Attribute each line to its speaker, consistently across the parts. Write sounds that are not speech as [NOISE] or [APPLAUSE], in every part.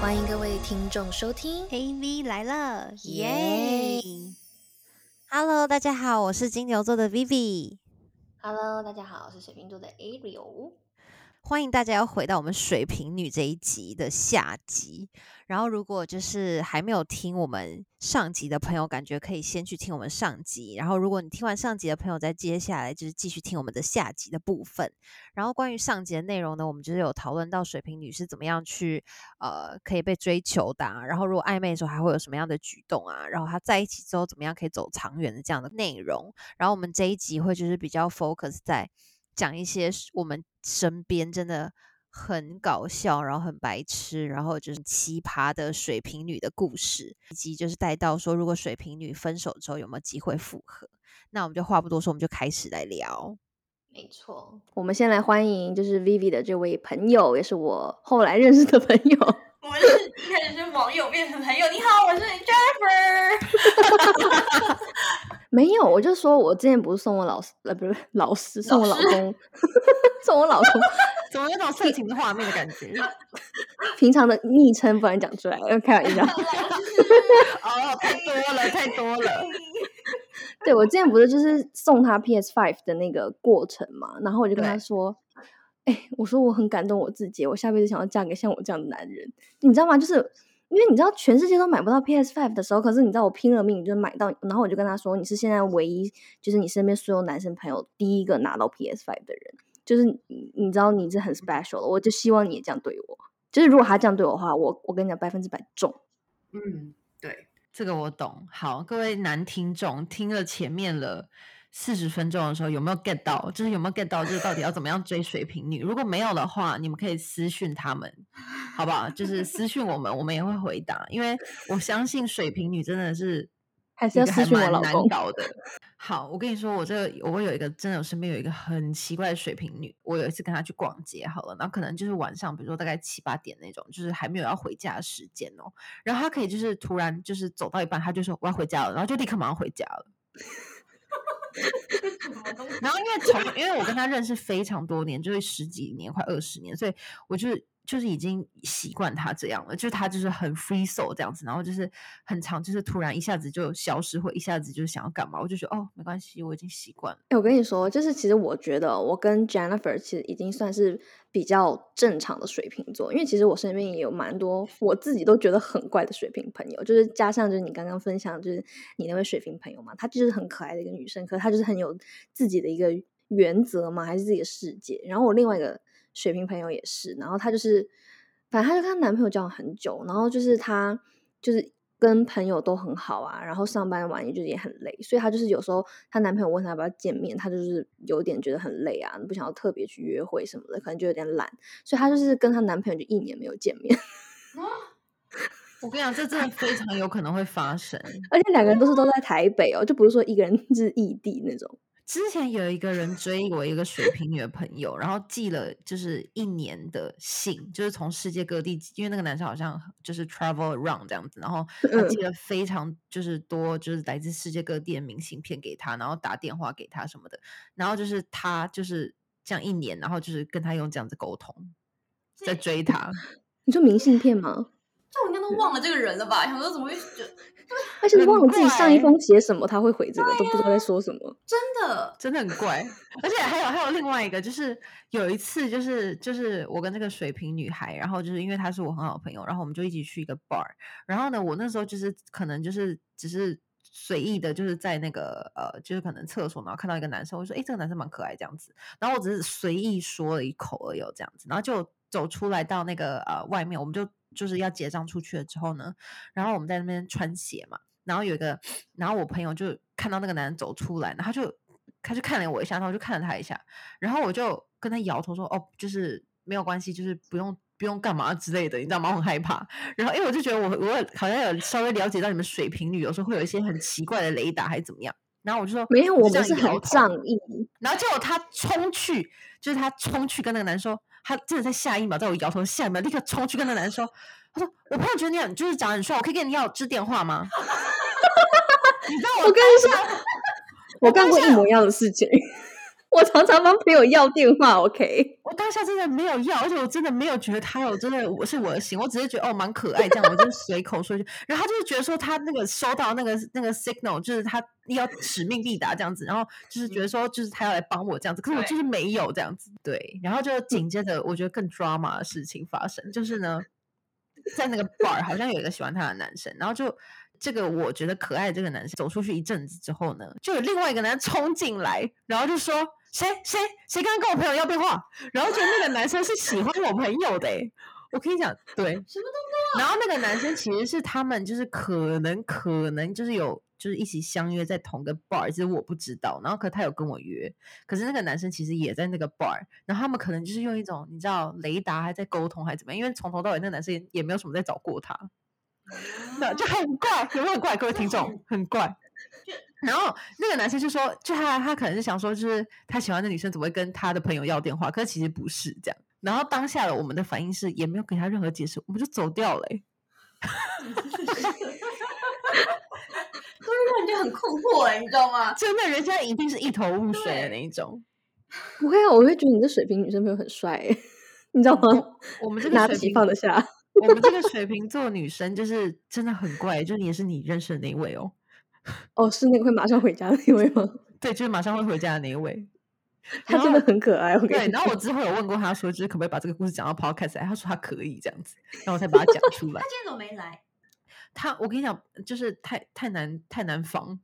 Speaker 1: 欢迎各位听众收听，
Speaker 2: AV 来了，
Speaker 1: 耶
Speaker 2: 耶！Hello，大家好，我是金牛座的 Vivi，
Speaker 1: Hello，大家好，我是水瓶座的 Ariel。
Speaker 2: 欢迎大家要回到我们水瓶女这一集的下集。然后，如果就是还没有听我们上集的朋友，感觉可以先去听我们上集。然后，如果你听完上集的朋友，再接下来就是继续听我们的下集的部分。然后，关于上集的内容呢，我们就是有讨论到水瓶女是怎么样去呃可以被追求的、啊，然后如果暧昧的时候还会有什么样的举动啊，然后她在一起之后怎么样可以走长远的这样的内容。然后我们这一集会就是比较 focus 在讲一些是我们身边真的很搞笑，然后很白痴，然后就是奇葩的水瓶女的故事，以及就是带到说如果水瓶女分手之后有没有机会复合。那我们就话不多说，我们就开始来聊。
Speaker 1: 没错，我们先来欢迎就是 Vivi 的这位朋友，也是我后来认识的朋友。
Speaker 3: [LAUGHS] 我们是一开始是网友变成朋友。你好，我是 Jennifer。 [LAUGHS]
Speaker 1: 没有，我就说我之前不是送我老师，呃，不是老师，送我老
Speaker 3: 老师
Speaker 1: 公， [LAUGHS] 送我老公
Speaker 2: [LAUGHS]
Speaker 1: [LAUGHS]
Speaker 2: 怎么有种色情的画面的感觉？ [LAUGHS]
Speaker 1: 平常的昵称，不然讲出来，呃开玩笑。
Speaker 2: 哦，太多了，太多了。
Speaker 1: 对我之前不是就是送他 PS Five 的那个过程嘛，然后我就跟他
Speaker 2: 对
Speaker 1: 说，哎、我说我很感动我自己，我下辈子想要嫁给像我这样的男人，你知道吗？就是因为你知道全世界都买不到 PS Five 的时候，可是你知道我拼了命就买到，然后我就跟他说，你是现在唯一，就是你身边所有男生朋友第一个拿到 PS Five 的人，就是你你知道你是很 special 的，我就希望你也这样对我。就是如果他这样对我的话，我我跟你讲百分之百中。
Speaker 2: 嗯，对，这个我懂。好，各位男听众，听了前面了四十分钟的时候，有没有 get 到？就是有没有 get 到？就是到底要怎么样追水瓶女？如果没有的话，你们可以私讯他们，好不好？就是私讯我们，我们也会回答。因为我相信水瓶女真的是
Speaker 1: 还
Speaker 2: 一
Speaker 1: 是要
Speaker 2: 个
Speaker 1: 私讯我
Speaker 2: 蛮
Speaker 1: 老
Speaker 2: 难
Speaker 1: 公
Speaker 2: 搞的。好，我跟你说，我这个我有一个真的，我身边有一个很奇怪的水瓶女。我有一次跟她去逛街，好了，然后可能就是晚上，比如说大概七八点那种，就是还没有要回家的时间哦。然后她可以就是突然就是走到一半，她就说我要回家了，然后就立刻马上回家了。 [LAUGHS]
Speaker 3: 什么东西？
Speaker 2: 然后因为从因为我跟他认识非常多年，就是十几年快二十年，所以我就是就是已经习惯他这样了，就是他就是很 free soul 这样子，然后就是很长，就是突然一下子就消失，或一下子就想要干嘛，我就觉得哦没关系，我已经习惯了。
Speaker 1: 欸我跟你说，就是其实我觉得我跟 Jennifer 其实已经算是比较正常的水瓶座，因为其实我身边也有蛮多我自己都觉得很怪的水瓶朋友，就是加上就是你刚刚分享就是你那位水瓶朋友嘛，她就是很可爱的一个女生，可是她就是很有自己的一个原则嘛，还是自己的世界。然后我另外一个水瓶朋友也是，然后她就是反正她就跟她男朋友交往很久，然后就是她就是跟朋友都很好啊，然后上班晚也就是也很累，所以她就是有时候她男朋友问她要不要见面，她就是有点觉得很累啊，不想要特别去约会什么的，可能就有点懒，所以她就是跟她男朋友就一年没有见面， [LAUGHS]
Speaker 2: 我跟你讲，这真的非常有可能会发生。
Speaker 1: 而且两个人都是都在台北哦，就不是说一个人 [LAUGHS] 就是异地那种。
Speaker 2: 之前有一个人追我一个水瓶女的朋友，然后寄了就是一年的信，就是从世界各地寄，因为那个男生好像就是 travel around 这样子，然后他
Speaker 1: 嗯
Speaker 2: 寄了非常就是多就是来自世界各地的明信片给他，然后打电话给他什么的，然后就是他就是这样一年，然后就是跟他用这样子沟通，在追他。
Speaker 1: 你说明信片吗？
Speaker 3: 这我应该都忘了这个人了吧？想说怎么会觉得
Speaker 1: 而且
Speaker 2: 很
Speaker 1: 忘了自己上一
Speaker 2: 怪
Speaker 1: 封写什么，他会回这个，都不知道在说什么。
Speaker 3: 真的？
Speaker 2: 真的很怪。而且还有还有另外一个，就是有一次，就是就是我跟这个水瓶女孩，然后就是因为她是我很好的朋友，然后我们就一起去一个 bar。然后呢，我那时候就是可能就是只是随意的，就是在那个呃，就是可能厕所，然后看到一个男生，我就说：“诶，这个男生蛮可爱。”这样子。然后我只是随意说了一口而已哦，这样子。然后就走出来到那个呃外面，我们就就是要结账出去了之后呢，然后我们在那边穿鞋嘛。然后有一个，然后我朋友就看到那个男人走出来，然后他就他就看了我一下，然后我就看了他一下，然后我就跟他摇头说：“哦，就是没有关系，就是不用不用干嘛之类的，你知道吗？”我很害怕。然后因为我就觉得我我好像有稍微了解到你们水瓶女有时候会有一些很奇怪的雷达还是怎么样，然后我就说
Speaker 1: 没有，我
Speaker 2: 就这样
Speaker 1: 们是
Speaker 2: 摇
Speaker 1: 很
Speaker 2: 头
Speaker 1: 仗义，
Speaker 3: [LAUGHS]
Speaker 2: 然后结果他冲去，就是他冲去跟那个男生说，他真的在下一秒，在我摇头的下一秒，立刻冲去跟那个男生说，他说我朋友觉得你很就是长得很帅，我可以跟你要这电话吗？你知道我
Speaker 1: 我跟你说
Speaker 2: 当下
Speaker 1: 我干过
Speaker 2: 当
Speaker 1: 一模一样的事情。 [LAUGHS] 我常常帮朋友要电话，OK？
Speaker 2: 我当下真的没有要，而且我真的没有觉得他有真的我是我的型，我只是觉得哦蛮可爱这样，我就随口说一句。然后他就是觉得说他那个收到那个那个 signal，就是他要使命必达这样子，然后就是觉得说就是他要来帮我这样子，可是我就是没有这样子。对，然后就紧接着我觉得更 drama 的事情发生，就是呢，在那个 bar 好像有一个喜欢他的男生，然后就。这个我觉得可爱的这个男生走出去一阵子之后呢，就有另外一个男生冲进来，然后就说谁谁谁刚刚跟我朋友要电话，然后就那个男生是喜欢我朋友的、欸，我跟你讲，对，
Speaker 3: 什么
Speaker 2: 然后那个男生其实是他们就是可能可能就是有就是一起相约在同个 bar，其实我不知道，然后可他有跟我约，可是那个男生其实也在那个 bar，然后他们可能就是用一种你知道雷达还在沟通还是怎么样，因为从头到尾那个男生也也没有什么在找过他。那就很怪，有没有很怪？各位听
Speaker 3: 啊
Speaker 2: 众，很怪。然后那个男生就说，就他他可能是想说，就是他喜欢的女生怎么会跟他的朋友要电话？可是其实不是这样。然后当下的我们的反应是，也没有给他任何解释，我们就走掉了欸、
Speaker 3: [LAUGHS]
Speaker 2: [LAUGHS]
Speaker 3: 所以让人就很困惑哎、你知道吗？
Speaker 2: 真的，人家一定是一头雾水的那一种。
Speaker 1: 不会啊，我会觉得你这水瓶女生朋友很帅、欸， [LAUGHS] 你知道吗？
Speaker 2: 我们这个
Speaker 1: [LAUGHS] 拿得
Speaker 2: 水
Speaker 1: 起
Speaker 2: 瓶
Speaker 1: 放得下。
Speaker 2: 我们这个水瓶座女生就是真的很怪，就是也是你认识的那一位哦。
Speaker 1: 哦，是那个会马上回家的那位吗？
Speaker 2: 对，就是马上会回家的那一位。
Speaker 1: [LAUGHS] 他真的很可爱，我跟
Speaker 2: 对，
Speaker 1: 你
Speaker 2: 然后我之后有问过他说，就是可不可以把这个故事讲到 podcast 哎来？他说他可以这样子，然后我才把它讲出
Speaker 1: [LAUGHS]
Speaker 2: 来
Speaker 3: 他。今天怎么没来？
Speaker 2: 他，我跟你讲，就是太太难太难防。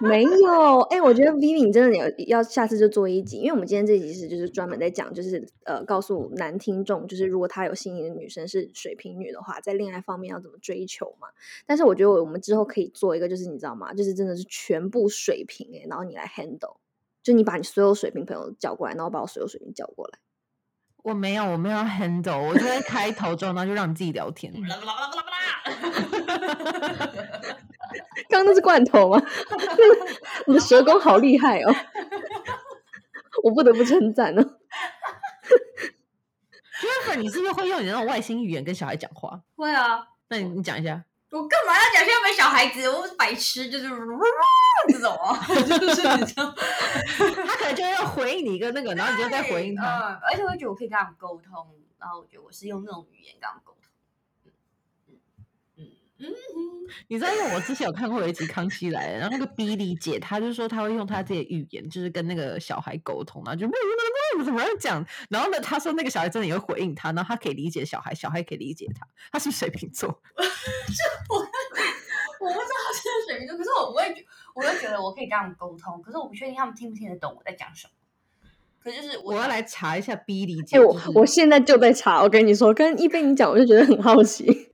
Speaker 1: 没有，哎、我觉得 Vivi 你真的要要下次就做一集，因为我们今天这一集是就是专门在讲，就是呃告诉男听众，就是如果他有心仪的女生是水瓶女的话，在恋爱方面要怎么追求嘛。但是我觉得我们之后可以做一个，就是你知道吗？就是真的是全部水瓶哎、然后你来 handle，就你把你所有水瓶朋友叫过来，然后把我所有水瓶叫过来。
Speaker 2: 我没有，我没有 handle，我就在开头之后，然后就让你自己聊天。
Speaker 3: 啦啦啦啦啦啦！
Speaker 1: 刚刚那是罐头吗？ [LAUGHS] 你的舌功好厉害哦， [LAUGHS] 我不得不称赞哦。
Speaker 2: Jennifer，你是不是会用你那种外星语言跟小孩讲话？
Speaker 3: 会啊，
Speaker 2: 那你你讲一下。
Speaker 3: 我干嘛要讲？又没小孩子，我是白痴，就是这种啊，就是你知道。
Speaker 2: 他可能就要回应你一个那个，然后你就再回应他。
Speaker 3: 嗯，而且我觉得我可以跟他们沟通，然后我觉得我是用那种语言跟他们沟通。 [LAUGHS] 嗯嗯嗯
Speaker 2: 你知道，因为我之前有看过有一集《康熙来了》，然后那个 B 莉姐，她就说她会用她自己的语言，就是跟那个小孩沟通，然后就嗯怎么样讲，然后呢，她说那个小孩真的也会回应她，然后她可以理解小孩，小孩可以理解她，她是不是水瓶座，
Speaker 3: 我不知道这是水平座，可是我不会觉，我会觉得我可以跟他们沟通，可是我不确定他们听不听得懂我在讲什么。可是就是
Speaker 2: 我要来查一下 B 莉姐。
Speaker 1: 哎、我
Speaker 2: 就是
Speaker 1: 我现在就在查，我跟你说，跟一被你讲，我就觉得很好奇。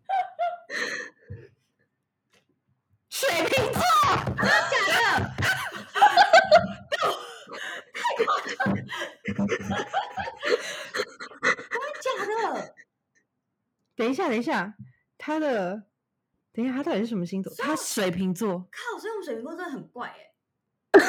Speaker 2: 水瓶座，
Speaker 3: 假的，
Speaker 2: 等一下，等一下，她的，等一下，她到底是什么星座？她水瓶座。
Speaker 3: 靠！所以我们水瓶座真的很怪哎、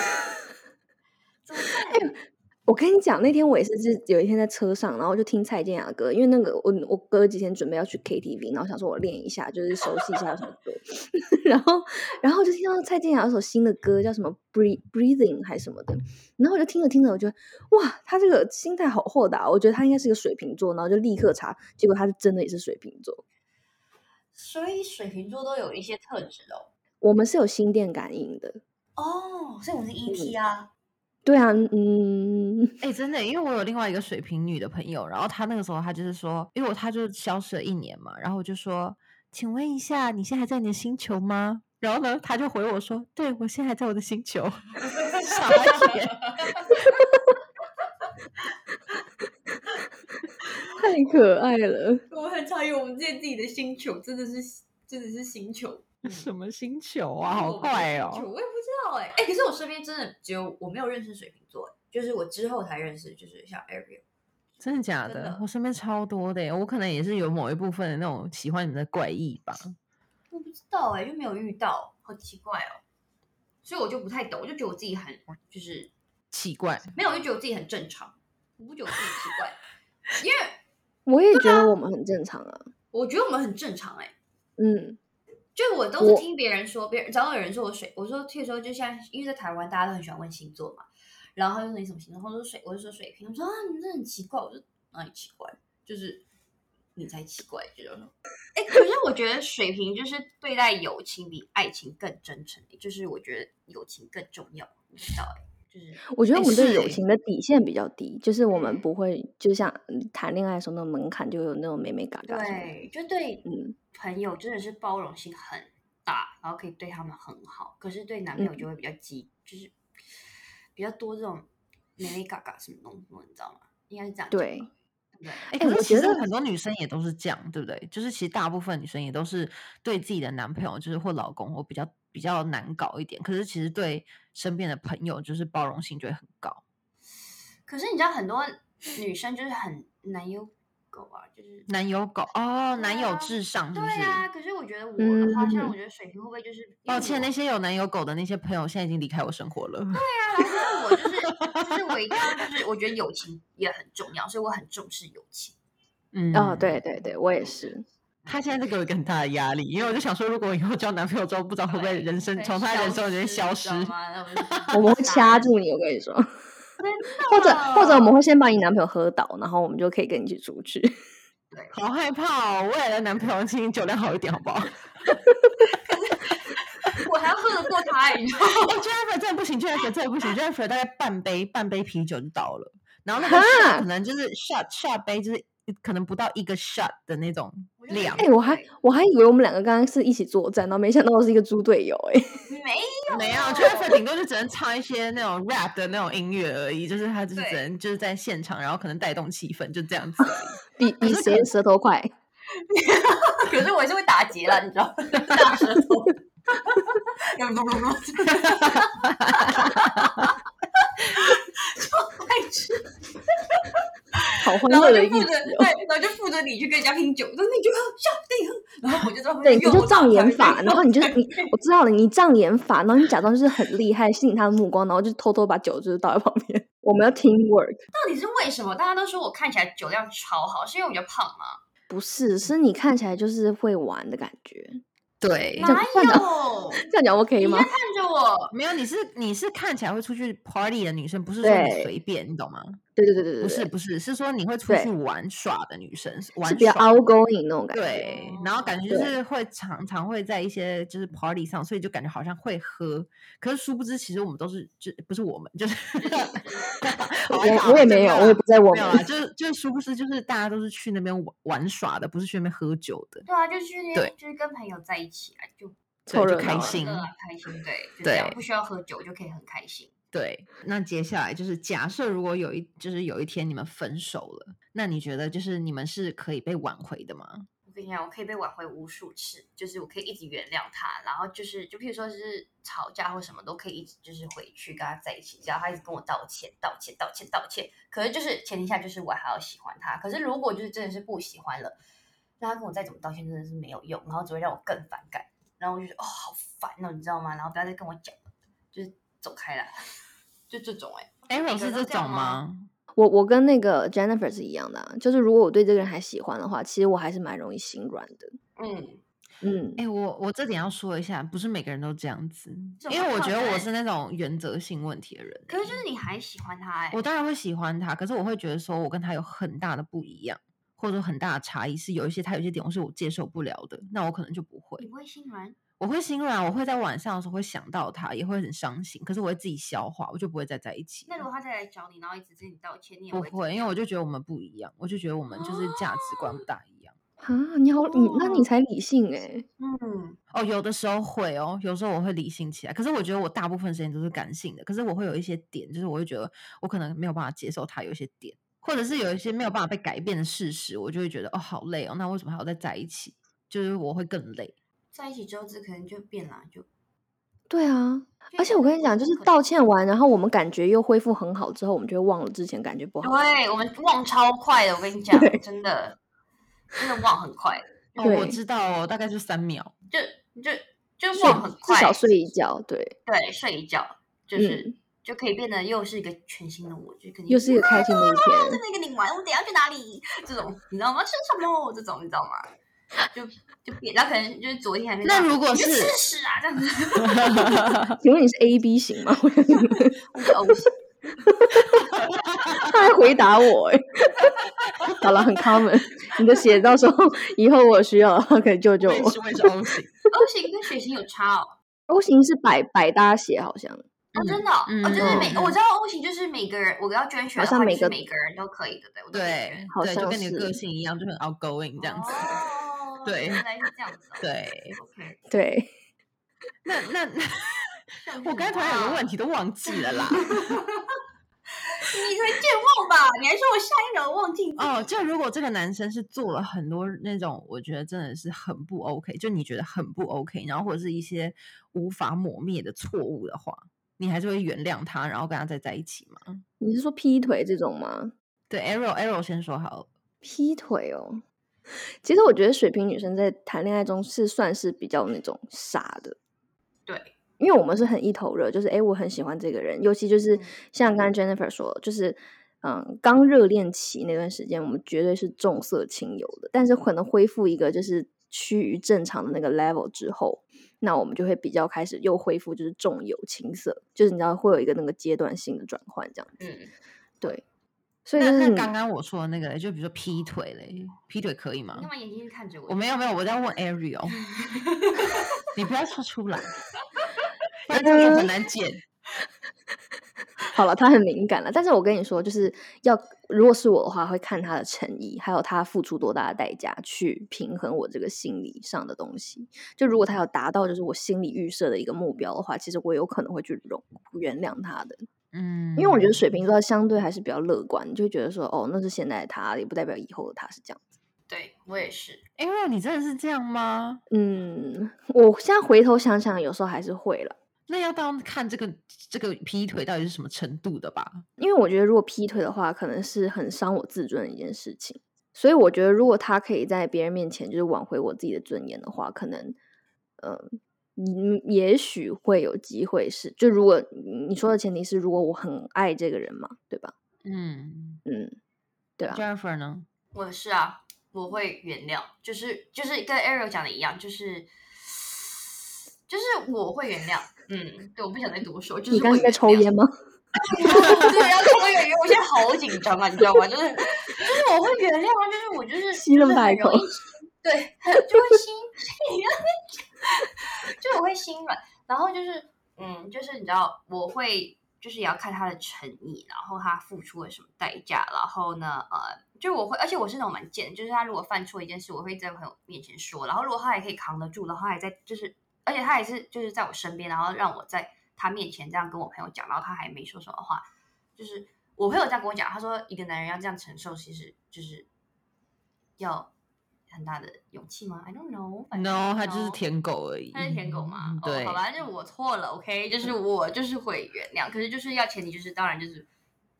Speaker 3: 怎么办？
Speaker 1: [LAUGHS] 我跟你讲，那天我也是是有一天在车上，然后就听蔡健雅的歌，因为那个我我隔几天准备要去 KTV，然后想说我练一下，就是熟悉一下有什么歌， [LAUGHS] 然后然后就听到蔡健雅有首新的歌叫什么 Breathe Breathing 还是什么的，然后我就听着听着，我觉得哇，他这个心态好豁达，我觉得他应该是个水瓶座，然后就立刻查，结果他是真的也是水瓶座。
Speaker 3: 所以水瓶座都有一些特质哦。
Speaker 1: 我们是有心电感应的，
Speaker 3: 哦，所以我们是 ET 啊。
Speaker 1: 对啊，嗯， [LAUGHS]
Speaker 2: 哎、真的，因为我有另外一个水瓶女的朋友，然后她那个时候她就是说，因为我她就消失了一年嘛，然后我就说，请问一下，你现在还在你的星球吗？然后呢，她就回我说，对我现在还在我的星球。
Speaker 3: [LAUGHS]
Speaker 2: 傻眼，
Speaker 1: 太可爱了。
Speaker 3: 我很诧异，我们之前自己的星球真的是真的是星球，
Speaker 2: 什么星球啊？好怪
Speaker 3: 我
Speaker 2: 哦！
Speaker 3: 也不知道哎、哎、可是我身边真的只有我没有认识水瓶座，就是我之后才认识，就是像 Ariel。
Speaker 2: 真的假
Speaker 3: 真
Speaker 2: 的
Speaker 3: 的？
Speaker 2: 我身边超多的耶，我可能也是有某一部分的那种喜欢你们的怪异吧。
Speaker 3: 我不知道哎、就没有遇到，好奇怪哦。所以我就不太懂，我就觉得我自己很就是
Speaker 2: 奇怪，
Speaker 3: 没有，我就觉得我自己很正常，我不觉得我自己奇怪，因为
Speaker 1: 我也觉得我们很正常啊，
Speaker 3: 我觉得我们很正常哎、
Speaker 1: 嗯，
Speaker 3: 就就我都是
Speaker 1: 我
Speaker 3: 听别人说，别人只要有人说我水，我说譬如说，就像因为在台湾大家都很喜欢问星座嘛，然后他就说你什么星座，我说水，我就说水瓶，我说啊你这很奇怪，我说哪里奇怪，就是你才奇怪，这种。哎，可是我觉得水瓶就是对待友情比爱情更真诚，就是我觉得友情更重要，你知道哎、就是
Speaker 1: 我觉得
Speaker 2: 哎
Speaker 1: 我们对
Speaker 2: 是
Speaker 1: 友
Speaker 2: 哎
Speaker 1: 情的底线比较低，就是我们
Speaker 3: 嗯
Speaker 1: 不会就像嗯谈恋爱的时候那种门槛就有那种美美嘎嘎什么的。
Speaker 3: 对，就对
Speaker 1: 嗯
Speaker 3: 朋友真的是包容性很大，然后可以对他们很好。可是对男朋友
Speaker 1: 嗯
Speaker 3: 就会比较急，就是比较多这种美美嘎嘎什么东西，你知道吗？应该是这样讲
Speaker 1: 对
Speaker 3: 吧，对不对？
Speaker 2: 哎、
Speaker 1: 哎
Speaker 2: 可
Speaker 1: 我
Speaker 2: 是其
Speaker 1: 觉
Speaker 2: 实
Speaker 1: 得
Speaker 2: 很多女生也都是这样，对不对？就是其实大部分女生也都是对自己的男朋友，就是或老公，或比较比较难搞一点。可是其实对身边的朋友，就是包容性就会很高。
Speaker 3: 可是你知道很多女生就是很男友狗啊，就是
Speaker 2: 男友狗哦，
Speaker 3: 对
Speaker 2: 男友
Speaker 3: 啊
Speaker 2: 至上是不
Speaker 3: 对
Speaker 2: 是？
Speaker 3: 啊。可是我觉得我的话，像
Speaker 1: 嗯
Speaker 3: 我觉得水瓶会不会就是
Speaker 2: 抱歉，那
Speaker 3: 些。
Speaker 2: 些有男友狗的那些朋友，现在已经离开我生活了。
Speaker 3: 但
Speaker 2: [LAUGHS]
Speaker 3: 我就是就是我一定要就是我觉得友情也很重要，所以我很重视友情。
Speaker 2: 嗯，
Speaker 1: 哦，对，对对，我也是。
Speaker 2: 他现在在给我一个很大的压力，因为我就想说，如果以后交男朋友之后，不知道会不会人生从他人生里面消失。
Speaker 1: [LAUGHS] 我
Speaker 3: 我
Speaker 1: 们会掐，住你，我跟你说，或者或者我
Speaker 3: 哦
Speaker 1: 们会先把你男朋友喝倒，然后我们就可以跟你一起出去。
Speaker 2: 好害怕哦！未来的男朋友，请你酒量好一点，好不好？
Speaker 3: [LAUGHS] 我还要喝得过他，你知道吗？
Speaker 2: 哦，Jennifer 真的不行，Jennifer 真的不行，Jennifer 大概半杯半杯啤酒就倒了，然后那个 shot 可能就是 shot shot 杯就是可能不到一个 shot 的那种
Speaker 3: 我就觉得
Speaker 2: 量
Speaker 1: 哎、，我还我还以为我们两个刚刚是一起作战，然后没想到是一个猪队友、
Speaker 3: [LAUGHS]
Speaker 1: 哎，
Speaker 3: 没
Speaker 2: 没有
Speaker 1: 哦
Speaker 2: Jennifer 顶多就只能唱一些那种 rap 的那种音乐而已，就是他就是只
Speaker 3: 对
Speaker 2: 能就是在现场，然后可能带动气氛，就这样
Speaker 1: [LAUGHS]
Speaker 2: 子而已。
Speaker 1: 比比谁的舌头快。
Speaker 3: 可是我是会打结了，你知道吗？ [LAUGHS] 大舌头。就爱吃，
Speaker 1: 好欢
Speaker 3: 然后
Speaker 1: 乐的
Speaker 3: 就
Speaker 1: 一
Speaker 3: 负
Speaker 1: 集
Speaker 3: 责，
Speaker 1: 哦。
Speaker 3: 对，然后就负责你去跟人家拼酒，说那你就喝，笑，那你喝，然后我就知道
Speaker 1: 对，你就障眼 [LAUGHS] 法，然后你就你，我知道了，你障眼法，然后你假装就是很厉害，吸引他的目光，然后就偷偷把酒就是倒在旁边。 [LAUGHS] 我们要 team work，
Speaker 3: 到底是为什么？大家都说我看起来酒量超好，是因为我比较胖吗？
Speaker 1: 不是，是你看起来就是会玩的感觉。
Speaker 2: 对
Speaker 1: 哎这样
Speaker 3: 哪
Speaker 1: 这样
Speaker 3: 有？
Speaker 1: 这样讲 OK
Speaker 3: 你
Speaker 1: 吗
Speaker 3: 在？看着我，
Speaker 2: 没有，你是你是看起来会出去 party 的女生，不是说你
Speaker 1: 对
Speaker 2: 随便，你懂吗？
Speaker 1: 对对对对对，
Speaker 2: 不是
Speaker 1: 对
Speaker 2: 不是，是说你会出
Speaker 1: 对
Speaker 2: 去玩耍的女生，玩
Speaker 1: 是比较
Speaker 2: 耍
Speaker 1: outgoing 那种感觉。
Speaker 2: 对，然后感觉就
Speaker 1: 对
Speaker 2: 是会常常会在一些就是 party 上，所以就感觉好像会喝，可是殊不知其实我们都是就不是我们就是 [LAUGHS] 好害怕
Speaker 1: 我我
Speaker 2: 对
Speaker 1: 也没有，我也
Speaker 2: 啦
Speaker 1: 不在我
Speaker 2: 没有
Speaker 1: 们。
Speaker 2: 啦，就是就是殊不知就是大家都是去那边玩玩耍的，不是去那边喝酒的，
Speaker 3: 对啊，就去那
Speaker 2: 对
Speaker 3: 就是跟朋友在一起啊，就
Speaker 2: 对，就
Speaker 1: 凑热
Speaker 2: 开
Speaker 1: 闹
Speaker 3: 玩
Speaker 1: 啊
Speaker 2: 心
Speaker 3: 乐。啊，开心，对，就这样，
Speaker 2: 对
Speaker 3: 不需要喝酒就可以很开心。
Speaker 2: 对，那接下来就是假设如果有一就是有一天你们分手了，那你觉得就是你们是可以被挽回的吗？
Speaker 3: 我跟你讲，我可以被挽回无数次，就是我可以一直原谅他，然后就是就譬如说是吵架或什么都可以一直就是回去跟他在一起，只要他一直跟我道歉、道歉、道歉、道歉。可是就是前提下就是我还要喜欢他，可是如果就是真的是不喜欢了，那他跟我再怎么道歉真的是没有用，然后只会让我更反感，然后我就觉得哦好烦哦，你知道吗？然后不要再跟我讲了，就是走开了，就这种哎、
Speaker 2: a r o
Speaker 3: 每
Speaker 2: 是
Speaker 3: 个
Speaker 2: 这
Speaker 3: 都这样
Speaker 2: 种
Speaker 3: 吗
Speaker 2: 吗？
Speaker 1: 我我跟那个 Jennifer 是一样的、啊，就是如果我对这个人还喜欢的话，其实我还是蛮容易心软的。
Speaker 3: 嗯，
Speaker 1: 嗯，
Speaker 2: 哎、我我这点要说一下，不是每个人都这样子，
Speaker 3: 怎
Speaker 2: 因
Speaker 3: 么
Speaker 2: 为我觉
Speaker 3: 可
Speaker 2: 得我
Speaker 3: 能
Speaker 2: 是那种原则性问题的人欸。
Speaker 3: 可是就是你还喜欢他哎、
Speaker 2: 我当然会喜欢他，可是我会觉得说我跟他有很大的不一样，或者说很大的差异，是有一些他有一些点我是我接受不了的，那我可能就不
Speaker 3: 你
Speaker 2: 会，
Speaker 3: 不会心软？
Speaker 2: 我会心软，我会在晚上的时候会想到他，也会很伤心，可是我会自己消化，我就不会再在一起
Speaker 3: 那如
Speaker 2: 了。
Speaker 3: 果他再来找你，然后一直跟你道歉，你也
Speaker 2: 不
Speaker 3: 会
Speaker 2: 会，因为我就觉得我们不一样，我就觉得我们就是价值观不大一样。
Speaker 1: 啊，你好，你那你
Speaker 3: 哦
Speaker 1: 才理性哎、
Speaker 3: 嗯，
Speaker 2: 哦，有的时候会哦，有时候我会理性起来，可是我觉得我大部分时间都是感性的，可是我会有一些点，就是我会觉得我可能没有办法接受他有一些点，或者是有一些没有办法被改变的事实，我就会觉得哦好累哦，那为什么还要再在一起？就是我会更累。
Speaker 3: 在一起之后这可能就变了，就
Speaker 1: 对啊，而且我跟你讲，就是
Speaker 3: 到
Speaker 1: 道歉完，然后我们感觉又恢复很好之后，我们就会忘了之前感觉不好。
Speaker 3: 对我们忘超快的，我跟你讲，真的真的忘很快，
Speaker 2: 哦，我
Speaker 1: 对
Speaker 2: 知道哦，大概就三秒。
Speaker 3: 就就就
Speaker 1: 睡
Speaker 3: 忘很
Speaker 1: 至
Speaker 3: 快，
Speaker 1: 少睡一觉，对，嗯
Speaker 3: 对睡一觉就是、就可以变得又是一个全新的我，就肯定
Speaker 1: 又是一个开心的一
Speaker 3: 啊真 [LAUGHS]
Speaker 1: 天。
Speaker 3: 的跟你玩，我等一下去哪里？这种你知道吗？吃什么？这种你知道吗？就就变，然后可能就是昨天还没
Speaker 2: 那
Speaker 3: 到
Speaker 2: 如果
Speaker 3: 你就是试试啊这样子，
Speaker 1: 请问你是 A B 型吗？ [LAUGHS]
Speaker 3: 我就哦不行
Speaker 1: 他还回答我哎、 [LAUGHS] 好了，很 common，你 [LAUGHS] 的血到时候以后我需要的话可以救救
Speaker 2: 我也
Speaker 1: 我
Speaker 2: 是。我也是 O 型，
Speaker 3: O 型跟血型有差哦。
Speaker 1: O 型是百百搭血，好像
Speaker 3: 哦，
Speaker 2: 嗯
Speaker 3: 真的哦，
Speaker 2: 嗯
Speaker 3: 哦，就是每
Speaker 2: 嗯
Speaker 3: 我知道 O 型就是每个人，我要捐血
Speaker 1: 好
Speaker 3: 的
Speaker 1: 像
Speaker 3: 话，
Speaker 1: 每
Speaker 3: 就是
Speaker 1: 个
Speaker 3: 每个人都可以的，对不
Speaker 2: 对
Speaker 1: 好
Speaker 2: 对，就
Speaker 1: 像
Speaker 2: 跟你的个
Speaker 1: 是
Speaker 2: 性一样，就很 outgoing 这样子。
Speaker 3: 哦，
Speaker 2: 对
Speaker 3: 原来是这样子哦。
Speaker 2: 对
Speaker 3: ，OK。
Speaker 1: 对，
Speaker 2: 那那我刚才突然有个问题都忘记了啦。
Speaker 3: 你才健忘吧？你还说我下一秒忘记
Speaker 2: 哦，就如果这个男生是做了很多那种，我觉得真的是很不 OK，就你觉得很不 OK，然后或者是一些无法抹灭的错误的话，你还是会原谅他，然后跟他再在一起吗？
Speaker 1: 你是说劈腿这种吗？
Speaker 2: 对，Arrow Arrow 先说好了，
Speaker 1: 劈腿哦，其实我觉得水瓶女生在谈恋爱中是算是比较那种傻的，
Speaker 3: 对，
Speaker 1: 因为我们是很一头热，就是哎，诶我很喜欢这个人，尤其就是
Speaker 3: 嗯
Speaker 1: 像刚才 Jennifer 说，就是嗯，刚热恋期那段时间，我们绝对是重色轻友的，但是可能恢复一个就是趋于正常的那个 level 之后，那我们就会比较开始又恢复就是重友轻色，就是你知道会有一个那个阶段性的转换这样子，
Speaker 3: 嗯，
Speaker 1: 对，所以就
Speaker 2: 那
Speaker 1: 是
Speaker 2: 那
Speaker 1: 你
Speaker 2: 刚刚我说的那个，就比如说劈腿嘞，劈腿可以吗
Speaker 3: 你干？嘛眼睛看着我？
Speaker 2: 我没有没有，我在问 Ariel，你不要说出来，不然
Speaker 1: 嗯
Speaker 2: 这个很难剪。
Speaker 1: 好了，他很敏感了。但是我跟你说，就是要如果是我的话，会看他的诚意，还有他付出多大的代价去平衡我这个心理上的东西。就如果他有达到就是我心里预设的一个目标的话，其实我有可能会去容原谅他的，
Speaker 2: 嗯，
Speaker 1: 因为我觉得水瓶座相对还是比较乐观，你就会觉得说哦，那是现在的他，也不代表以后的他是这样。
Speaker 3: 对我也是，
Speaker 2: Ariel，你真的是这样吗？
Speaker 1: 嗯，我现在回头想想，有时候还是会了。
Speaker 2: 那要到看这个这个劈腿到底是什么程度的吧？
Speaker 1: 因为我觉得如果劈腿的话，可能是很伤我自尊的一件事情。所以我觉得，如果他可以在别人面前就是挽回我自己的尊严的话，可能，呃，嗯，也许会有机会是。就如果你说的前提是，如果我很爱这个人嘛，对吧？
Speaker 2: 嗯
Speaker 1: 嗯，对啊，
Speaker 2: ，Jennifer 呢？
Speaker 3: 我是啊，我会原谅，就是就是跟 Ariel 讲的一样，就是就是我会原谅。嗯，对，我不想再多说，就是
Speaker 1: 你刚
Speaker 3: 会
Speaker 1: 刚是在
Speaker 3: 原
Speaker 1: 抽
Speaker 3: 谅
Speaker 1: 烟吗？ [LAUGHS]
Speaker 3: 对，要跟我演员，我现在好紧张啊，你知道吗？就是就是我会原谅啊，就是我就是
Speaker 1: 吸了
Speaker 3: 就是
Speaker 1: 半
Speaker 3: 很容
Speaker 1: 口
Speaker 3: 易对，很就会心， [LAUGHS] 就是我会心软，然后就是嗯，就是你知道我会。就是也要看他的诚意，然后他付出了什么代价，然后呢，呃，就我会，而且我是那种蛮贱的，就是他如果犯错一件事，我会在朋友面前说，然后如果他还可以扛得住的话，还在就是，而且他也是就是在我身边，然后让我在他面前这样跟我朋友讲，然后他还没说什么话，就是我朋友这样跟我讲，他说一个男人要这样承受，其实就是要很大的勇气吗？I don't know，反正
Speaker 2: No，
Speaker 3: I
Speaker 2: 他
Speaker 3: don't
Speaker 2: 就是
Speaker 3: know
Speaker 2: 舔狗而已。嗯
Speaker 3: 他是舔狗嘛？
Speaker 2: 对
Speaker 3: 哦，好吧，就是我错了，OK，就是我就是会原谅，可是就是要前提就是，当然就是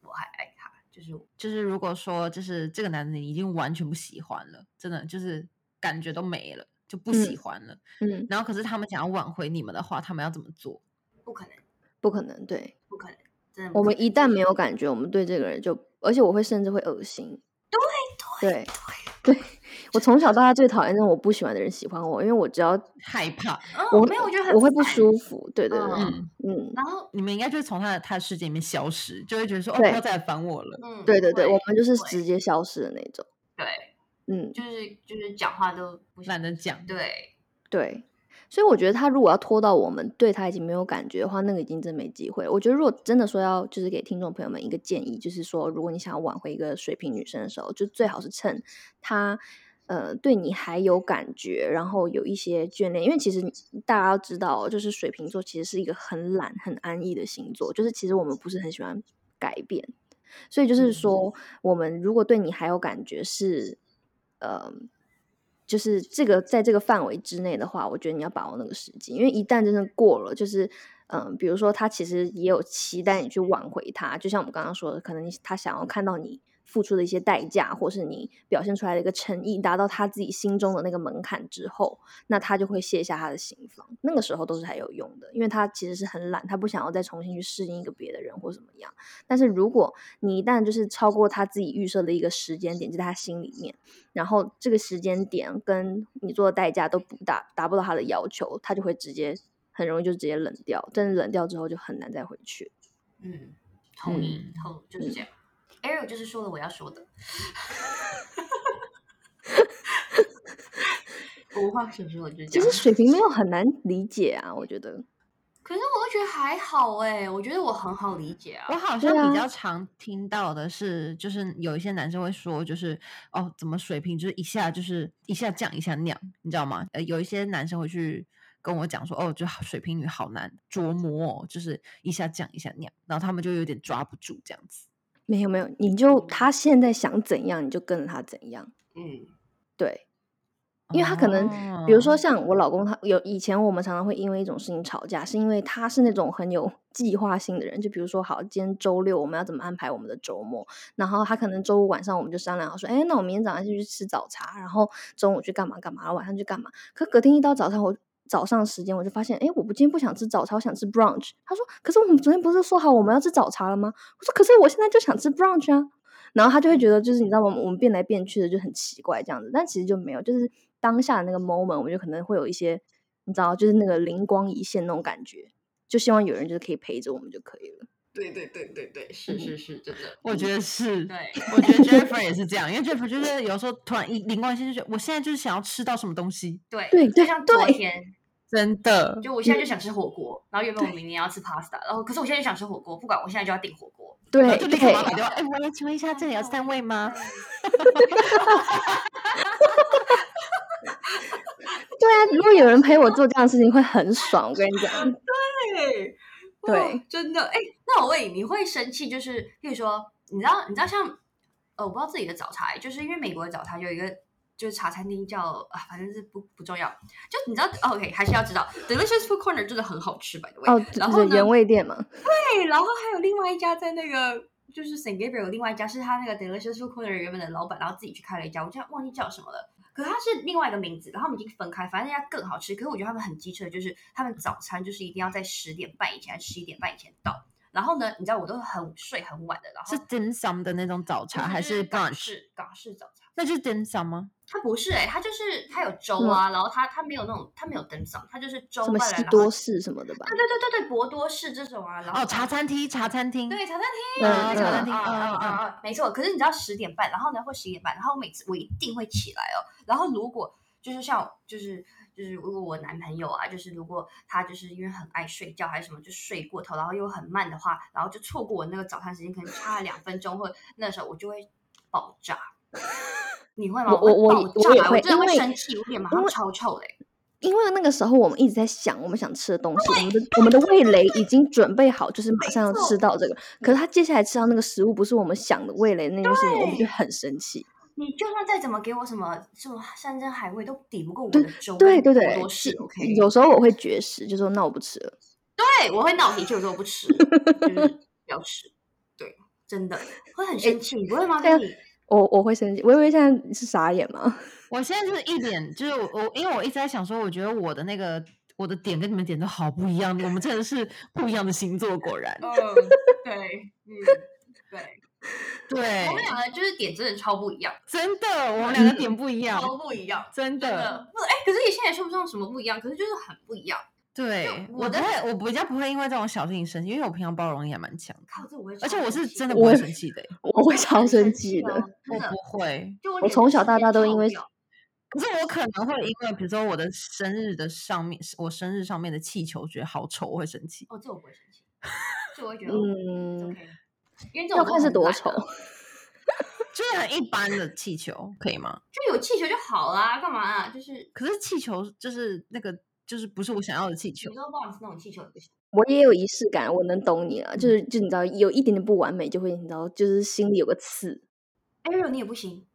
Speaker 3: 我还爱他，就是
Speaker 2: 就是如果说就是这个男的你已经完全不喜欢了，真的就是感觉都没了，就不喜
Speaker 1: 嗯
Speaker 2: 欢了。
Speaker 1: 嗯，
Speaker 2: 然后可是他们想要挽回你们的话，他们要怎么做？
Speaker 3: 不可能，
Speaker 1: 不可能。对
Speaker 3: 不可能，真的不
Speaker 1: 我
Speaker 3: 可
Speaker 1: 们
Speaker 3: 能
Speaker 1: 一旦没有感觉，我们对这个人就，而且我会甚至会恶心。对对 [LAUGHS] 对，我从小到大最讨厌那种我不喜欢的人喜欢我，因为我只要
Speaker 2: 害怕。
Speaker 3: 嗯
Speaker 1: 我
Speaker 3: 没有，我觉得很
Speaker 1: 我会不
Speaker 3: 烦。
Speaker 1: 舒服。对对对，
Speaker 2: 嗯，
Speaker 1: 嗯，
Speaker 3: 然后
Speaker 2: 你们应该就是从他的他的世界里面消失，就会觉得说哦，不
Speaker 1: 对
Speaker 2: 要再来烦我了。
Speaker 3: 嗯，
Speaker 1: 对对对，我
Speaker 3: 会
Speaker 1: 们就是
Speaker 3: 会
Speaker 1: 直接消失的那种。
Speaker 3: 对，
Speaker 1: 嗯，
Speaker 3: 就是就是讲话都不想
Speaker 2: 懒得讲。
Speaker 3: 对，
Speaker 1: 对。所以我觉得他如果要拖到我们对他已经没有感觉的话，那个已经真没机会了。我觉得如果真的说要就是给听众朋友们一个建议，就是说如果你想要挽回一个水瓶女生的时候，就最好是趁她呃对你还有感觉，然后有一些眷恋。因为其实你大家要知道，哦就是水瓶座其实是一个很懒、很安逸的星座，就是其实我们不是很喜欢改变。所以就是
Speaker 2: 嗯
Speaker 1: 说，我们如果对你还有感觉是，呃，就是这个在这个范围之内的话，我觉得你要把握那个时机，因为一旦真的过了，就是嗯、呃比如说他其实也有期待你去挽回他，就像我们刚刚说的，可能你他想要看到你。付出的一些代价，或是你表现出来的一个诚意达到他自己心中的那个门槛之后，那他就会卸下他的心防。那个时候都是还有用的，因为他其实是很懒，他不想要再重新去适应一个别的人或怎么样。但是如果你一旦就是超过他自己预设的一个时间点，就在他心里面，然后这个时间点跟你做的代价都不达达不到他的要求，他就会直接很容易就直接冷掉。真的冷掉之后，就很难再回去。
Speaker 3: 嗯，同意，同就是这样。Ariel 就是说了我要说的，我无话可说，我就这
Speaker 1: 其
Speaker 3: 样。
Speaker 1: 实水平没有很难理解啊，我觉得。
Speaker 3: 可是我又觉得还好哎、我觉得我很好理解
Speaker 2: 我
Speaker 3: 啊。
Speaker 2: 好
Speaker 1: 对
Speaker 2: 像
Speaker 1: 啊
Speaker 2: 比较常听到的是，就是有一些男生会说，就是哦，怎么水平就是一下就是一下降一下那样，你知道吗？呃，有一些男生会去跟我讲说，哦，就好水瓶女好难琢磨、哦，就是一下降一下那样，然后他们就有点抓不住这样子。
Speaker 1: 没有没有，你就他现在想怎样，你就跟着他怎样。
Speaker 3: 嗯，
Speaker 1: 对，因为他可能，比如说
Speaker 2: 哦，
Speaker 1: 像我老公他，有以前我们常常会因为一种事情吵架，是因为他是那种很有计划性的人。就比如说，好，今天周六我们要怎么安排我们的周末？然后他可能周五晚上我们就商量好说，哎，那我明天早上就去吃早茶，然后中午去干嘛干嘛，然后晚上去干嘛。可隔天一到早上我。早上时间我就发现，哎，我不今天不想吃早茶，我想吃 brunch。他说，可是我们昨天不是说好我们要吃早茶了吗？我说，可是我现在就想吃 brunch 啊。然后他就会觉得，就是你知道吗？我们变来变去的就很奇怪这样子，但其实就没有，就是当下的那个 moment，我们就可能会有一些，你知道，就是那个灵光一现那种感觉，就希望有人就是可以陪着我们就可以了。
Speaker 3: 对对对对对，是是是，真的。
Speaker 2: 嗯
Speaker 3: 嗯
Speaker 2: 我觉得是，
Speaker 3: 对，
Speaker 2: 我觉得 Jennifer 也是这样，因为 Jennifer 就是有时候突然一灵光一现，就觉得我现在就是想要吃到什么东西，
Speaker 3: 对嗯
Speaker 1: 对
Speaker 3: 就
Speaker 1: 对
Speaker 3: 像昨
Speaker 1: 对
Speaker 3: 天，
Speaker 2: 真的，
Speaker 3: 就我现在就想吃火锅，然后原本我明年要吃 pasta，然后可是我现在就想吃火锅，不管我现在就要订火锅。
Speaker 1: 对
Speaker 2: 然后就立刻
Speaker 1: 对
Speaker 2: 马上打电话，哎，我要请问一下，这里有三位吗？
Speaker 1: 对啊！如果有人陪我做这样的事情，会很爽。我跟你讲，
Speaker 3: 对，
Speaker 1: 对
Speaker 3: 哇真的哎、那我问你，你会生气？就是譬如说，你知道，你知道像呃，我不知道自己的早茶，就是因为美国的早茶有一个。就是茶餐厅叫啊，反正是不不重要。就你知道、哦、，OK，还是要知道，Delicious Food Corner 真的很好吃，by the way。
Speaker 1: 哦，
Speaker 3: 然
Speaker 1: 对
Speaker 3: 后
Speaker 1: 对，
Speaker 3: 呢
Speaker 1: 原味店嘛，
Speaker 3: 对，然后还有另外一家在那个就是 Saint Gabriel，有另外一家是他那个 Delicious Food Corner 原本的老板，然后自己去开了一家，我现在忘记叫什么了。可它是另外一个名字，然后我们已经分开，反正那家更好吃。可是我觉得他们很机车，就是他们早餐就是一定要在十点半以前、十一点半以前到。然后呢，你知道我都很睡很晚的，然后
Speaker 2: 是 dim sum 的那种早茶还
Speaker 3: 就是
Speaker 2: 是
Speaker 3: 港
Speaker 2: brunch？
Speaker 3: 式港式早餐？
Speaker 2: 那就是 dim sum 吗？
Speaker 3: 它不是哎、它就是它有粥啊，然后它它没有那种它没有灯嗓，它就是粥
Speaker 1: 什么
Speaker 3: 拌了
Speaker 1: 西
Speaker 3: 然后
Speaker 1: 多士什么的
Speaker 3: [LAUGHS]
Speaker 1: 吧
Speaker 3: 对。对对对对，博多士这种啊，然后
Speaker 2: 哦，茶餐厅，茶餐厅，
Speaker 3: 对，茶餐厅，
Speaker 1: 嗯
Speaker 3: 茶
Speaker 1: 嗯
Speaker 3: 餐
Speaker 2: 嗯
Speaker 3: 厅，啊
Speaker 2: 嗯
Speaker 3: 啊啊，没错。可是你知道十点半，然后呢，或十一点半，然后每次我一定会起来哦。然后如果就是像就是就是如果我男朋友啊，就是如果他就是因为很爱睡觉还是什么，就睡过头，然后又很慢的话，然后就错过我那个早餐时间，可能差了两分钟，或那时候我就会爆炸。你会吗？
Speaker 1: 我我
Speaker 3: 会
Speaker 1: 我也
Speaker 3: 爆炸
Speaker 1: 我也
Speaker 3: 欸
Speaker 1: 会
Speaker 3: 真的
Speaker 1: 因
Speaker 3: 会
Speaker 1: 为
Speaker 3: 生气，我脸马上
Speaker 1: 因为
Speaker 3: 超臭欸嘞。
Speaker 1: 因为那个时候我们一直在想我们想吃的东西，我们的我们的味蕾已经准备好，就是马上要
Speaker 3: 错
Speaker 1: 吃到这个。可是他接下来吃到那个食物不是我们想的味蕾那件事情，我们就很生气。
Speaker 3: 你就算再怎么给我什么什么山珍海味，都抵不过我
Speaker 1: 对
Speaker 3: 的粥
Speaker 1: 对
Speaker 3: 跟
Speaker 1: 对
Speaker 3: 博
Speaker 1: 对
Speaker 3: 多，士
Speaker 1: 是
Speaker 3: OK。
Speaker 1: 有时候我会绝食，就说那我不吃了。
Speaker 3: 对，我会闹脾气，我说我不吃， [LAUGHS] 就是不要吃。对，真的会很生气，你不会吗？
Speaker 1: 对啊
Speaker 3: Vicky？
Speaker 1: 我我会生气，我以为现在你是傻眼吗？
Speaker 2: 我现在就是一点，就是我我，因为我一直在想说，我觉得我的那个我的点跟你们点都好不一样，我们真的是不一样的星座，果然。
Speaker 3: 嗯，对， [LAUGHS] 嗯，对，
Speaker 2: 对
Speaker 3: 我，们两个就是点真的超不一样，
Speaker 2: 真的，我们两个点不一样，
Speaker 3: 超不一样，
Speaker 2: 真
Speaker 3: 真
Speaker 2: 的。
Speaker 3: 的不哎，可是也现在也说不上什么不一样，可是就是很不一样。
Speaker 2: 对，
Speaker 3: 就
Speaker 2: 我
Speaker 3: 我
Speaker 2: 不
Speaker 3: 的
Speaker 2: 会，我比较不会因为这种小事情生气，因为我平常包容力还蛮强的，
Speaker 3: 靠，这我会超
Speaker 2: 而
Speaker 3: 生气，
Speaker 2: 且我是真的
Speaker 1: 我
Speaker 2: 不会
Speaker 1: 也
Speaker 2: 生气的欸，
Speaker 1: [LAUGHS] 我会超
Speaker 3: 很
Speaker 1: 生
Speaker 3: 气
Speaker 1: 气
Speaker 3: 哦
Speaker 1: 的。
Speaker 2: 我
Speaker 3: 真的
Speaker 2: 不。会。
Speaker 3: 就我
Speaker 1: 我
Speaker 3: 脸
Speaker 1: 从
Speaker 3: 就
Speaker 1: 小
Speaker 3: 瞬
Speaker 1: 到
Speaker 3: 间
Speaker 1: 大都
Speaker 3: 臭
Speaker 1: 因为
Speaker 3: 掉
Speaker 2: 可是我可能会因为，比如说我的生日的上面，我生日上面的气球觉得好丑，我会生气。
Speaker 3: 哦，这我不会生气，这我会觉得
Speaker 1: 嗯
Speaker 3: OK，因为这
Speaker 1: 要
Speaker 3: 种都
Speaker 1: 看是
Speaker 3: 很
Speaker 1: 多
Speaker 3: 懒啊
Speaker 1: 丑
Speaker 3: 了
Speaker 2: 就是很一般的气球，可以吗？
Speaker 3: 就有气球就好啦，干嘛啊？就是
Speaker 2: 可是气球就是那个，就是不是我想要的气球
Speaker 3: 你。说 bounce 那种气球也不行。
Speaker 1: 我也有仪式感，我能懂你
Speaker 3: 嗯
Speaker 1: 啊，就是就你知道，有一点点不完美，就会你知道，就是心里有个刺。
Speaker 3: Ariel 你也不行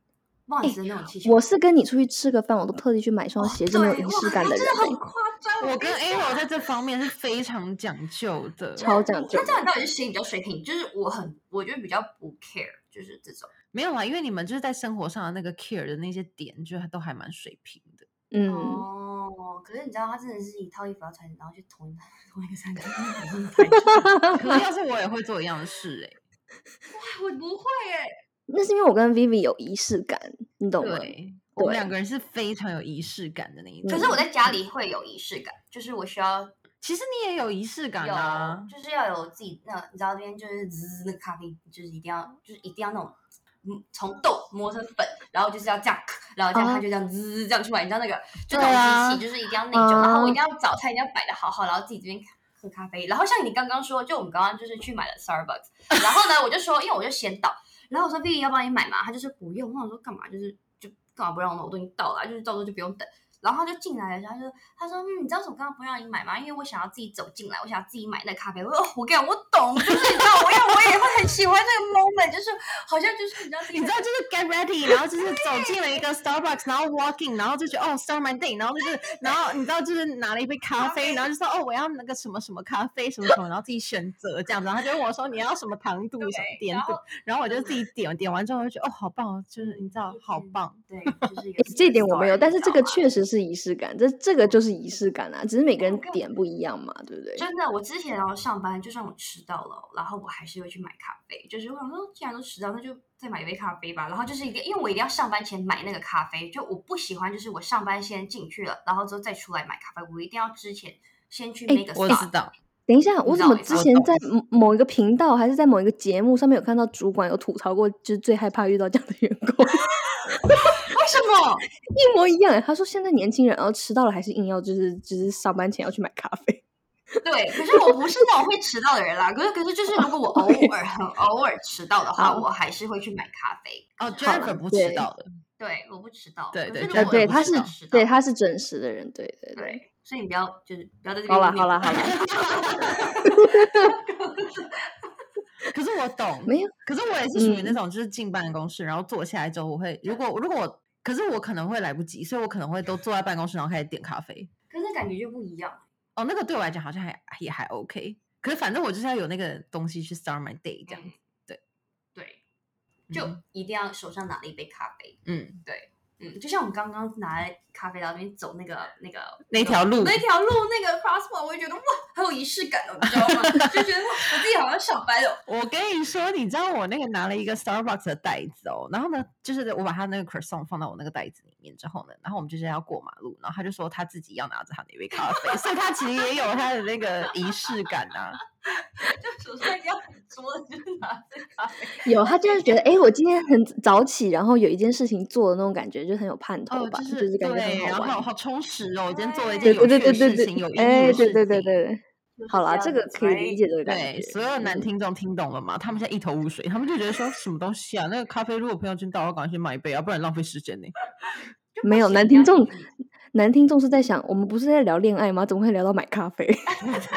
Speaker 3: ，Vans 的那种气球，
Speaker 1: 哎我是跟你出去吃个饭，我都特地去买双鞋
Speaker 3: 哦对
Speaker 1: 这么有仪
Speaker 3: 哇
Speaker 1: 式感
Speaker 3: 那
Speaker 1: 的人
Speaker 3: 真的很
Speaker 1: 欸，
Speaker 3: 夸张。
Speaker 2: 我跟 A
Speaker 3: 啊
Speaker 2: o 在这方面是非常讲究的，
Speaker 1: 超讲究
Speaker 3: 那
Speaker 1: 的。
Speaker 3: 这样到底是谁比较水平？就是我很，我就比较不 care，就是这种。
Speaker 2: 没有啦，啊因为你们就是在生活上的那个 care 的那些点，就都还蛮水平
Speaker 3: [LAUGHS]
Speaker 2: 的。
Speaker 1: 嗯，
Speaker 3: 哦，可是你知道，他真的是一套衣服要穿，然后去同一同一个 [LAUGHS] 餐厅。
Speaker 1: [LAUGHS]
Speaker 2: 可能要是我也会做一样的事哎、
Speaker 3: 我不会哎，
Speaker 1: 那是因为我跟 Vivi 有仪式感，你懂吗？
Speaker 2: 对，我们
Speaker 1: 对
Speaker 2: 两个人是非常有仪式感的那一种。
Speaker 3: 可是
Speaker 1: 嗯
Speaker 3: 我在家里会有仪式感，就是我需要
Speaker 2: 其实你也有仪式感啊
Speaker 3: 有，，就是要有自己那你知道那边就是滋那个咖啡，就是一定要就是一定要那种，嗯，从豆磨成粉，然后就是要这样，然后这样
Speaker 1: 哦
Speaker 3: 它就这样滋这样出来，你知道那个就
Speaker 2: 对
Speaker 3: 那
Speaker 2: 啊嗯
Speaker 3: 种机器就是一定要内疚，然后我
Speaker 1: 哦
Speaker 3: 一定要早餐一定要摆的好好，然后自己这边。喝咖啡，然后像你刚刚说，就我们刚刚就是去买了 Starbucks，然后呢，我就说，因为我就先到，然后我说 Vivi 要帮你买嘛，他就说不用，我想说干嘛，就是就干嘛不让我买，我都已经到了啊，就是到时候就不用等。然后他就进来了，然后他就他说：“嗯，你知道为什么刚刚不让你买吗？因为我想要自己走进来，我想要自己买那咖啡。”我说：“哦我跟你讲，我懂，就是你知道，我因为我也会很喜欢这个 moment，就是好像就是你知道自
Speaker 1: [LAUGHS]
Speaker 3: 己
Speaker 2: 你知道，就是 get ready，然后就是走进了一个 Starbucks，然后 walking，然后就觉得哦 start my day，然后就是，然后你知道就是拿了一杯咖啡，然后就说哦我要那个什么什么咖啡什么什么，然后自己选择这样子，然后他就问我说你要什么糖度
Speaker 3: 对
Speaker 2: 什么点
Speaker 3: 然
Speaker 2: 度
Speaker 3: 后，
Speaker 2: 然后我就自己点，点完之后我就觉得哦好棒，哦，就是你知
Speaker 3: 嗯
Speaker 2: 道好棒，
Speaker 3: 对，就是一个
Speaker 1: 诶这一点我没有，
Speaker 3: story，
Speaker 1: 但是
Speaker 3: 你知
Speaker 1: 这
Speaker 3: 道
Speaker 1: 个
Speaker 3: 吗
Speaker 1: 确实是仪式感，这这个就是仪式感啊，只是每个人
Speaker 3: 我跟
Speaker 1: 点不一样嘛，对不对？
Speaker 3: 真的，我之前然后上班，就算我迟到了，然后我还是会去买咖啡。就是我想说，既然都迟到，那就再买一杯咖啡吧。然后就是一定，因为我一定要上班前买那个咖啡，就我不喜欢，就是我上班先进去了，然后之后再出来买咖啡，我一定要之前先去
Speaker 1: 哎
Speaker 3: 那个 stop、
Speaker 2: 我知道，
Speaker 1: 等一下，我
Speaker 3: 知
Speaker 1: 怎
Speaker 3: 道
Speaker 1: 么
Speaker 3: 我
Speaker 1: 之
Speaker 3: 懂
Speaker 1: 前在某某一个频道还是在某一个节目上面有看到主管有吐槽过，就是最害怕遇到这样的员工， [LAUGHS]
Speaker 3: 为什
Speaker 2: 哦
Speaker 3: 么？
Speaker 1: 一模一样欸。他说现在年轻人，然后迟到了还是硬要就是就是上班前要去买咖
Speaker 3: [LAUGHS]
Speaker 1: 啡，
Speaker 3: 对，可是我不是那种会迟到的人啦。可是可是就是，如果我
Speaker 1: [LAUGHS]
Speaker 3: 偶尔很偶尔迟到的话，
Speaker 1: 好
Speaker 3: 我还是会去买咖啡。
Speaker 2: 哦
Speaker 3: 可是
Speaker 2: Jennifer 不
Speaker 1: 对
Speaker 2: 迟到的，
Speaker 3: 对，我不迟到。
Speaker 2: 对
Speaker 3: 可
Speaker 2: 对
Speaker 3: 是如
Speaker 2: 对
Speaker 1: 呃，
Speaker 3: 果
Speaker 1: 对，
Speaker 3: 我
Speaker 1: 他
Speaker 3: 不
Speaker 1: 是
Speaker 3: 迟到迟
Speaker 1: 对
Speaker 3: 到
Speaker 1: 他是准时的人，对对对。
Speaker 3: 对，所以你不要就是不要在这
Speaker 1: 好
Speaker 3: 边
Speaker 1: 啦
Speaker 3: 污蔑
Speaker 1: 好啦
Speaker 3: 我
Speaker 1: 好啦，
Speaker 2: 可是我懂，
Speaker 1: 没有，
Speaker 2: 可是我也是属于那种，就是进办公室，然后坐下来之后，我会如果如果我，可是我可能会来不及，所以我可能会都坐在办公室，然后开始点咖啡。
Speaker 3: 可是感觉就不一样。
Speaker 2: 哦，那个对我来讲好像还也还 OK，可是反正我就是要有那个东西去 start my day 这样子。
Speaker 3: 对，就
Speaker 2: 嗯
Speaker 3: 一定要手上拿了一杯咖啡。
Speaker 2: 嗯，
Speaker 3: 嗯，就像我们刚刚拿咖啡到那边走那个那个
Speaker 2: 那条路
Speaker 3: 那条路那个 crosswalk，我就觉得哇，很有仪式感哦，你知道吗？ [LAUGHS] 就觉得哇，我自己好像上班哦。
Speaker 2: 我跟你说，你知道我那个拿了一个 Starbucks 的袋子哦，然后呢，就是我把他那个 croissant 放到我那个袋子里面之后呢，然后我们就是要过马路，然后他就说他自己要拿着他那杯咖啡，所以他其实也有他的那个仪式感啊。
Speaker 3: 就手上要桌子就拿着咖啡。
Speaker 1: 有，他就是觉得，哎，我今天很早起，然后有一件事情做的那种感觉，就很有盼头
Speaker 2: 哦，
Speaker 1: 吧，
Speaker 2: 就是
Speaker 1: 感觉
Speaker 2: 对
Speaker 1: 很
Speaker 2: 然
Speaker 1: 好
Speaker 2: 后
Speaker 1: 玩。
Speaker 2: 好好充实哦，我今天做了一
Speaker 3: 对
Speaker 2: 件
Speaker 1: 对
Speaker 2: 有
Speaker 1: 对
Speaker 2: 趣
Speaker 1: 对
Speaker 2: 的
Speaker 1: 对
Speaker 2: 事
Speaker 1: 对
Speaker 2: 情，有意义
Speaker 1: 对，哎，
Speaker 2: 的
Speaker 1: 对
Speaker 2: 事
Speaker 1: 对对对
Speaker 2: 情。
Speaker 1: 对，好啦，这个可以理解。的感觉。
Speaker 2: 对，所有男
Speaker 1: 嗯
Speaker 2: 听众听懂了吗？他们现在一头雾水，他们就觉得说什么东西啊？那个咖啡如果朋友圈到，我赶快去买一杯啊，不然浪费时间呢。
Speaker 1: 没有
Speaker 3: 不行
Speaker 1: 男
Speaker 3: 你要
Speaker 1: 听众
Speaker 3: 注意，
Speaker 1: 男听众是在想，我们不是在聊恋爱吗？怎么会聊到买咖啡？ [LAUGHS]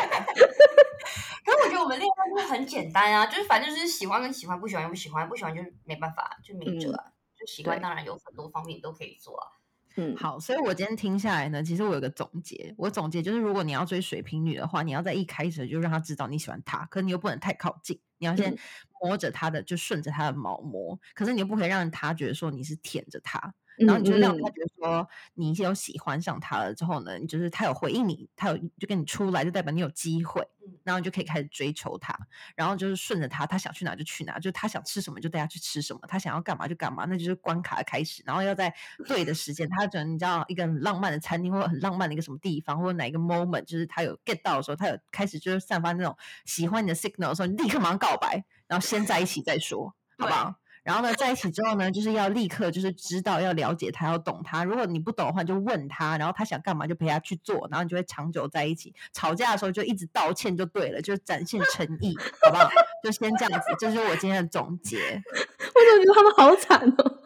Speaker 3: 可是我觉得我们恋爱就是很简单啊，就是反正就是喜欢跟喜欢，不喜欢又不喜欢，不喜欢就是没办法，就没辙啊。就喜欢
Speaker 1: 对
Speaker 3: 当然有很多方面你都可以做啊。
Speaker 1: 嗯，
Speaker 2: 好，所以我今天听下来呢，其实我有个总结，我总结就是，如果你要追水瓶女的话，你要在一开始就让她知道你喜欢她，可你又不能太靠近，你要先
Speaker 1: 嗯
Speaker 2: 摸着她的，就顺着她的毛摸，可是你又不可以让她觉得说你是舔着她，然后你就让他
Speaker 1: 嗯
Speaker 2: 觉得说你有喜欢上他了之后呢，你就是他有回应你，他有就跟你出来，就代表你有机会
Speaker 3: 嗯，
Speaker 2: 然后你就可以开始追求他，然后就是顺着他，他想去哪就去哪，就他想吃什么就带他去吃什么，他想要干嘛就干嘛，那就是关卡的开始，然后要在对的时间，他可能你知道一个很浪漫的餐厅或者很浪漫的一个什么地方或者哪一个 moment，就是他有 get 到的时候，他有开始就是散发那种喜欢你的 signal 的时候，你立刻马上告白，然后先在一起再说，好不
Speaker 3: 对
Speaker 2: 好？然后呢，在一起之后呢，就是要立刻就是知道要了解他，要懂他。如果你不懂的话，你就问他，然后他想干嘛就陪他去做，然后你就会长久在一起。吵架的时候就一直道歉就对了，就展现诚意，好不好？就先这样子，这就是我今天的总结。
Speaker 1: [LAUGHS] 我怎么觉得他们好惨哦？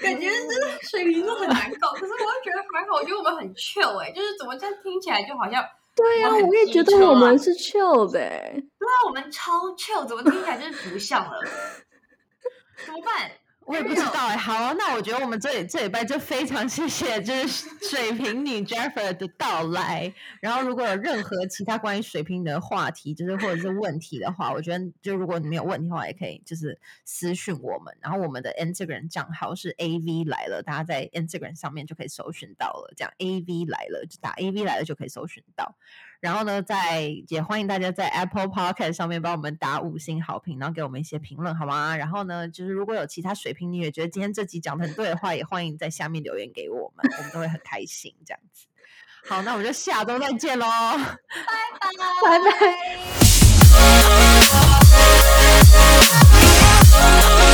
Speaker 3: 感觉真的水瓶座很难搞，可是我又觉得还好，我觉得我们很 chill 哎、就是怎么这样听起来就好像，
Speaker 1: 对呀、
Speaker 3: 啊我很
Speaker 1: 我也
Speaker 3: 机
Speaker 1: 觉
Speaker 3: 车
Speaker 1: 得我们
Speaker 3: 啊
Speaker 1: 是 chill 的欸、
Speaker 3: 对啊，我们超 chill，怎么听起来就是不像了？怎么办？
Speaker 2: 我也不知道哎、好、那我觉得我们这里这礼拜就非常谢谢就是水瓶女 Jeffer 的到来。然后如果有任何其他关于水瓶的话题，就是或者是问题的话，我觉得就如果你们有问题的话，也可以就是私讯我们。然后我们的 Instagram 账号是 AV 来了，大家在 Instagram 上面就可以搜寻到了。这样 AV 来了就打 AV 来了就可以搜寻到。然后呢，在也欢迎大家在 Apple Podcast 上面帮我们打五星好评，然后给我们一些评论，好吗？然后呢，就是如果有其他水平你也觉得今天这集讲的很对的话，也欢迎在下面留言给我们，我们都会很开心这样子。好，那我们就下周再见喽。
Speaker 1: 拜拜。
Speaker 3: 拜。